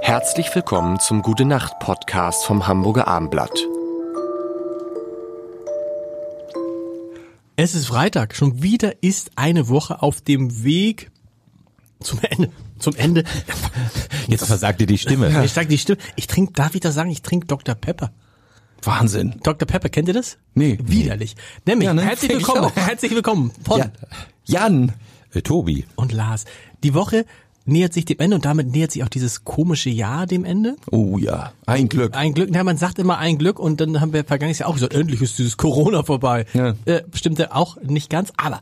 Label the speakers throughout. Speaker 1: Herzlich willkommen zum Gute Nacht Podcast vom Hamburger Armblatt.
Speaker 2: Es ist Freitag. Schon wieder ist eine Woche auf dem Weg zum Ende. Zum Ende.
Speaker 3: Jetzt versagt dir die Stimme.
Speaker 2: Ich sag die Stimme. Ich trinke, darf ich das sagen? Ich trinke Dr. Pepper.
Speaker 3: Wahnsinn.
Speaker 2: Dr. Pepper, kennt ihr das?
Speaker 3: Nee.
Speaker 2: Widerlich. Nämlich,
Speaker 3: Ja, ne?
Speaker 2: herzlich
Speaker 3: Denk ich
Speaker 2: willkommen.
Speaker 3: auch.
Speaker 2: Herzlich willkommen von
Speaker 3: Ja. Jan. Äh, Tobi.
Speaker 2: und Lars. Die Woche nähert sich dem Ende und damit nähert sich auch dieses komische Jahr dem Ende.
Speaker 3: Oh ja. Ein Glück.
Speaker 2: Ein Glück, na, man sagt immer ein Glück und dann haben wir vergangenes Jahr auch gesagt, endlich ist dieses Corona vorbei.
Speaker 3: Ja.
Speaker 2: Äh, stimmt ja auch nicht ganz, aber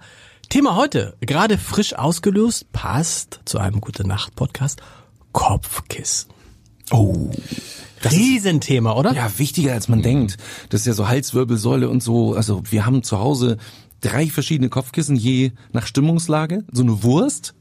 Speaker 2: Thema heute, gerade frisch ausgelöst, passt zu einem Gute-Nacht-Podcast, Kopfkissen.
Speaker 3: Oh.
Speaker 2: Riesenthema, oder?
Speaker 3: Ja, wichtiger als man denkt. Das ist ja so Halswirbelsäule und so. Also wir haben zu Hause drei verschiedene Kopfkissen, je nach Stimmungslage. So eine Wurst,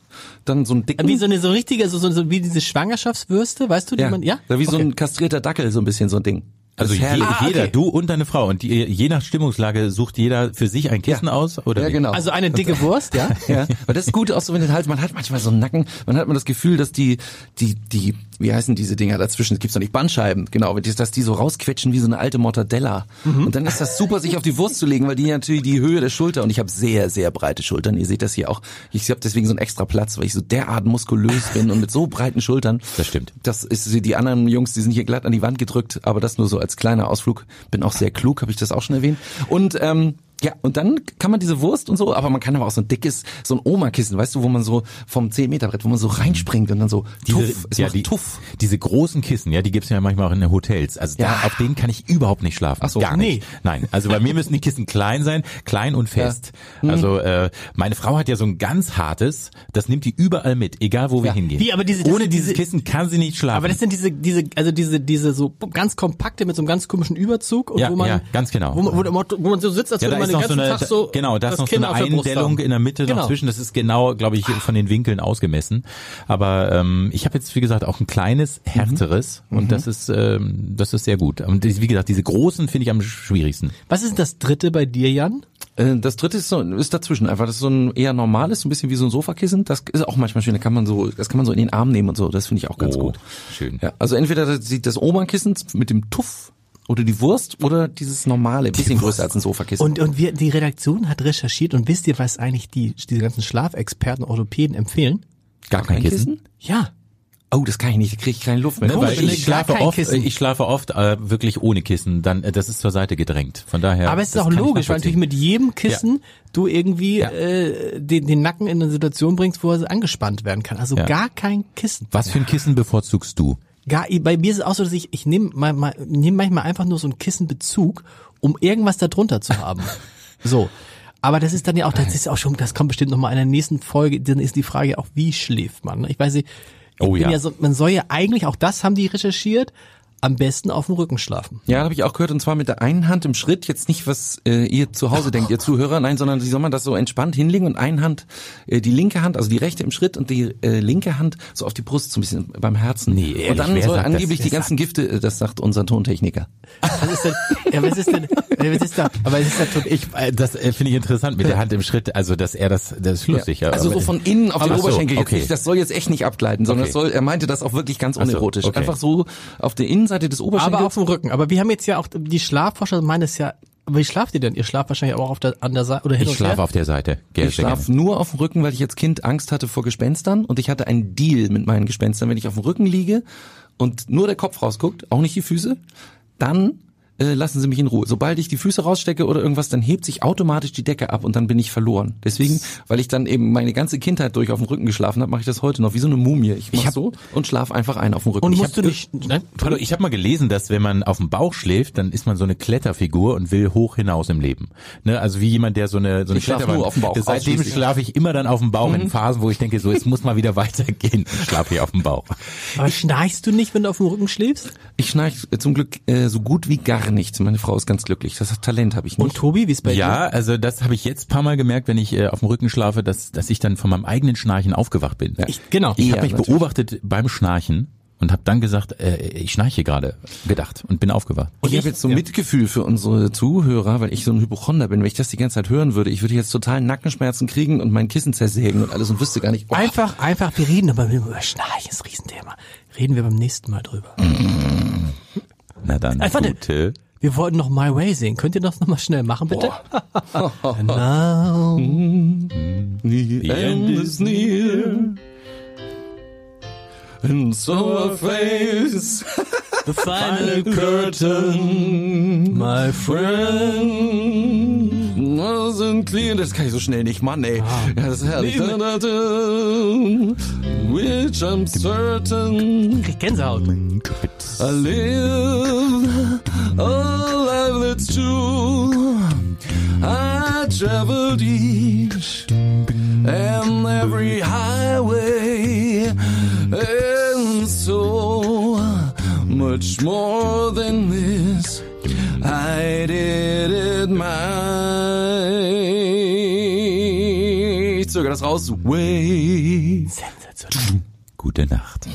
Speaker 3: dann so ein dicken...
Speaker 2: Wie so eine so richtige, so, so, so wie diese Schwangerschaftswürste, weißt du, die
Speaker 3: ja.
Speaker 2: man, ja?
Speaker 3: ja, wie so
Speaker 2: Okay.
Speaker 3: ein kastrierter Dackel, so ein bisschen so ein Ding.
Speaker 4: Also
Speaker 3: Das
Speaker 4: je,
Speaker 3: ist herrlich.
Speaker 2: Ah,
Speaker 4: jeder,
Speaker 2: okay.
Speaker 4: du und deine Frau. Und die, je nach Stimmungslage sucht jeder für sich ein Kissen aus, oder?
Speaker 3: ja,
Speaker 4: wie?
Speaker 3: genau.
Speaker 2: also eine dicke Wurst, ja?
Speaker 3: Ja, weil das ist gut auch so mit den Hals. Man hat manchmal so einen Nacken, man hat man das Gefühl, dass die, die, die, wie heißen diese Dinger dazwischen? Es gibt's doch nicht Bandscheiben, genau, aber die- dass die so rausquetschen wie so eine alte Mortadella.
Speaker 4: Mhm.
Speaker 3: Und dann ist das super, sich auf die Wurst zu legen, weil die natürlich die Höhe der Schulter und ich habe sehr, sehr breite Schultern. Ihr seht das hier auch. Ich habe deswegen so einen extra Platz, weil ich so derart muskulös bin und mit so breiten Schultern.
Speaker 4: Das stimmt.
Speaker 3: Das ist die anderen Jungs, die sind hier glatt an die Wand gedrückt, aber das nur so als kleiner Ausflug. Bin auch sehr klug, habe ich das auch schon erwähnt. Und ähm, ja, und dann kann man diese Wurst und so, aber man kann aber auch so ein dickes, so ein Oma-Kissen, weißt du, wo man so vom 10-Meter-Brett, wo man so reinspringt und dann so tuff, es macht
Speaker 4: die,
Speaker 3: tuff.
Speaker 4: Diese großen Kissen, ja, die gibt's ja manchmal auch in den Hotels. Also
Speaker 3: Ja.
Speaker 4: da, auf denen kann ich überhaupt nicht schlafen.
Speaker 3: Ach so,
Speaker 4: Gar nicht.
Speaker 2: nee.
Speaker 4: Nein, also bei mir müssen die Kissen klein sein, klein und fest.
Speaker 3: Mhm.
Speaker 4: Also äh, meine Frau hat ja so ein ganz hartes, das nimmt die überall mit, egal wo wir
Speaker 3: Ja.
Speaker 4: hingehen.
Speaker 2: Wie, aber diese- das
Speaker 4: Ohne
Speaker 2: sind
Speaker 4: dieses
Speaker 2: diese-
Speaker 4: Kissen kann sie nicht schlafen.
Speaker 2: Aber das sind diese, diese, also diese, diese so ganz kompakte mit so einem ganz komischen Überzug und
Speaker 4: Ja,
Speaker 2: wo man,
Speaker 4: ja, ganz genau.
Speaker 2: wo man, wo, man- wo man so sitzt, als
Speaker 4: ja, da
Speaker 2: würde man
Speaker 4: ist
Speaker 2: den
Speaker 4: noch so
Speaker 2: ganzen
Speaker 4: eine,
Speaker 2: Tag so
Speaker 4: genau, da ist
Speaker 2: das
Speaker 4: noch so
Speaker 2: Kind
Speaker 4: eine
Speaker 2: auf der Brust
Speaker 4: Eindellung
Speaker 2: haben.
Speaker 4: in der Mitte
Speaker 2: genau.
Speaker 4: noch zwischen. Das ist genau, glaube ich, von den Winkeln ausgemessen. Aber ähm, ich habe jetzt, wie gesagt, auch ein kleines,
Speaker 2: Mhm.
Speaker 4: härteres und das ist ähm, das ist sehr gut. Und die- wie gesagt, diese großen finde ich am schwierigsten.
Speaker 2: Was ist das dritte bei dir, Jan?
Speaker 3: Äh, Das dritte ist so ist dazwischen einfach. Das ist so ein eher normales, so ein bisschen wie so ein Sofakissen. Das ist auch manchmal schön. Da kann man so, das kann man so in den Arm nehmen und so. Das finde ich auch ganz
Speaker 4: Oh,
Speaker 3: gut.
Speaker 4: schön.
Speaker 3: Ja, also entweder das, die- das Oma-Kissen mit dem Tuff oder die Wurst oder dieses normale, bisschen größer als ein Sofakissen.
Speaker 2: Und, und wir, die Redaktion hat recherchiert und wisst ihr, was eigentlich die, diese ganzen Schlafexperten, Orthopäden empfehlen?
Speaker 4: Gar kein Kissen.
Speaker 2: Ja.
Speaker 3: Oh, das kann ich nicht, da kriege ich keinen Luft mehr.
Speaker 4: Ne,
Speaker 2: Komisch,
Speaker 4: weil ich,
Speaker 2: ne? Gar
Speaker 4: schlafe
Speaker 2: kein
Speaker 4: oft,
Speaker 2: Kissen.
Speaker 4: ich schlafe oft äh, wirklich ohne Kissen. Dann äh, das ist zur Seite gedrängt. Von daher.
Speaker 2: Aber es ist
Speaker 4: das
Speaker 2: auch
Speaker 4: kann ich
Speaker 2: logisch, weil natürlich
Speaker 4: nachvollziehen.
Speaker 2: mit jedem Kissen du irgendwie äh, den, den Nacken in eine Situation bringst, wo er angespannt werden kann. Also
Speaker 4: Ja.
Speaker 2: gar kein Kissen.
Speaker 4: Was für ein Kissen bevorzugst du?
Speaker 2: Gar, bei mir ist es auch so, dass ich, ich nehme mal, mal, nehm manchmal einfach nur so einen Kissenbezug, um irgendwas da drunter zu haben. so. Aber das ist dann ja auch, das ist auch schon, das kommt bestimmt nochmal in der nächsten Folge, dann ist die Frage auch, wie schläft man? ne? Ich weiß nicht, ich
Speaker 4: Oh
Speaker 2: bin
Speaker 4: ja.
Speaker 2: so, man soll ja eigentlich, auch das haben die recherchiert, am besten auf dem Rücken schlafen.
Speaker 3: Ja, habe ich auch gehört und zwar mit der einen Hand im Schritt, jetzt nicht was äh, ihr zu Hause denkt, ihr Zuhörer, nein, sondern wie soll man das so entspannt hinlegen und eine Hand, äh, die linke Hand, also die rechte im Schritt und die äh, linke Hand so auf die Brust, so ein bisschen beim Herzen.
Speaker 4: Nee, ehrlich,
Speaker 3: und dann
Speaker 4: wer
Speaker 3: soll
Speaker 4: sagt das?
Speaker 3: angeblich
Speaker 4: Wer
Speaker 3: die ganzen Gifte, äh, das sagt unser Tontechniker.
Speaker 2: Was ist denn, ja, was ist denn, was ist da, aber es ist da tot,
Speaker 4: Ich, äh, das äh, finde ich interessant mit der Hand im Schritt. Also dass er das, das ist lustig. Ja.
Speaker 3: Also so
Speaker 4: aber-
Speaker 3: von innen auf den
Speaker 4: Ach so,
Speaker 3: Oberschenkel. jetzt
Speaker 4: okay.
Speaker 3: nicht, das soll jetzt echt nicht abgleiten, sondern
Speaker 4: Okay.
Speaker 3: das soll, er meinte das auch wirklich ganz
Speaker 4: so,
Speaker 3: unerotisch.
Speaker 4: okay.
Speaker 3: Einfach so auf der Innenseite des Oberschenkels.
Speaker 2: aber auf dem Rücken. Aber wir haben jetzt ja auch, die Schlafforscher meinen es ja, wie schlaft ihr denn? Ihr schlaft wahrscheinlich auch auf der, an der Seite, oder hin
Speaker 4: Ich
Speaker 2: und her?
Speaker 4: schlafe auf der Seite. Gell,
Speaker 3: Ich schlaf nur auf dem Rücken, weil ich als Kind Angst hatte vor Gespenstern und ich hatte einen Deal mit meinen Gespenstern. Wenn ich auf dem Rücken liege und nur der Kopf rausguckt, auch nicht die Füße, dann äh, lassen sie mich in Ruhe. Sobald ich die Füße rausstecke oder irgendwas, dann hebt sich automatisch die Decke ab und dann bin ich verloren. Deswegen, weil ich dann eben meine ganze Kindheit durch auf dem Rücken geschlafen habe, mache ich das heute noch wie so eine Mumie. Ich mach
Speaker 4: Ich hab-
Speaker 3: so und schlaf einfach ein auf dem Rücken.
Speaker 2: Und
Speaker 3: ich
Speaker 2: musst du nicht, ne?
Speaker 4: Hallo, ich habe mal gelesen, dass wenn man auf dem Bauch schläft, dann ist man so eine Kletterfigur und will hoch hinaus im Leben. Ne? Also wie jemand, der so eine so eine
Speaker 3: Ich schlaf
Speaker 4: Kletterwand-
Speaker 3: nur auf dem Bauch,
Speaker 4: Das- Seitdem
Speaker 3: ausschließlich. Mhm.
Speaker 4: schlafe ich immer dann auf dem Bauch in Phasen, wo ich denke, so es muss mal wieder weitergehen. Schlafe ich auf dem Bauch.
Speaker 2: Aber schnarchst du nicht, wenn du auf dem Rücken schläfst?
Speaker 3: ich schnarch äh, zum Glück äh, so gut wie gar nichts. Meine Frau ist ganz glücklich. Das Talent habe ich nicht.
Speaker 2: Und Tobi, wie ist bei dir?
Speaker 4: Ja, also das habe ich jetzt ein paar Mal gemerkt, wenn ich äh, auf dem Rücken schlafe, dass dass ich dann von meinem eigenen Schnarchen aufgewacht bin.
Speaker 2: Ich, genau.
Speaker 4: Ich
Speaker 3: Ja,
Speaker 4: habe mich
Speaker 3: natürlich.
Speaker 4: beobachtet beim Schnarchen und habe dann gesagt, äh, ich schnarche gerade gedacht und bin aufgewacht.
Speaker 3: Und ich habe jetzt so Mitgefühl für unsere Zuhörer, weil ich so ein Hypochonder bin. Wenn ich das die ganze Zeit hören würde, ich würde jetzt total Nackenschmerzen kriegen und mein Kissen zersägen und alles und wüsste gar nicht. oh,
Speaker 2: Einfach, einfach, wir reden aber über Schnarchen, ist ein Riesenthema. Reden wir beim nächsten Mal drüber.
Speaker 3: Mhm.
Speaker 4: Na dann,
Speaker 2: Ey, warte.
Speaker 4: gute.
Speaker 2: Wir wollten noch My Way sehen. Könnt ihr das nochmal schnell machen, bitte? Genau. Now.
Speaker 3: The
Speaker 4: end
Speaker 3: is near. And so a face
Speaker 2: The final
Speaker 3: curtain,
Speaker 2: my
Speaker 3: friend, wasn't clear. Das kann ich so schnell nicht, Mann, ey. Ja, das ist herrlich. Da, da, da, which I'm certain
Speaker 2: Krieg Gänsehaut.
Speaker 3: Mhm. I live oh, a life that's true. I traveled each and every highway, and so much more than this. I did it my. Ich zögere das raus. Way.
Speaker 2: Sensation.
Speaker 4: Gute Nacht.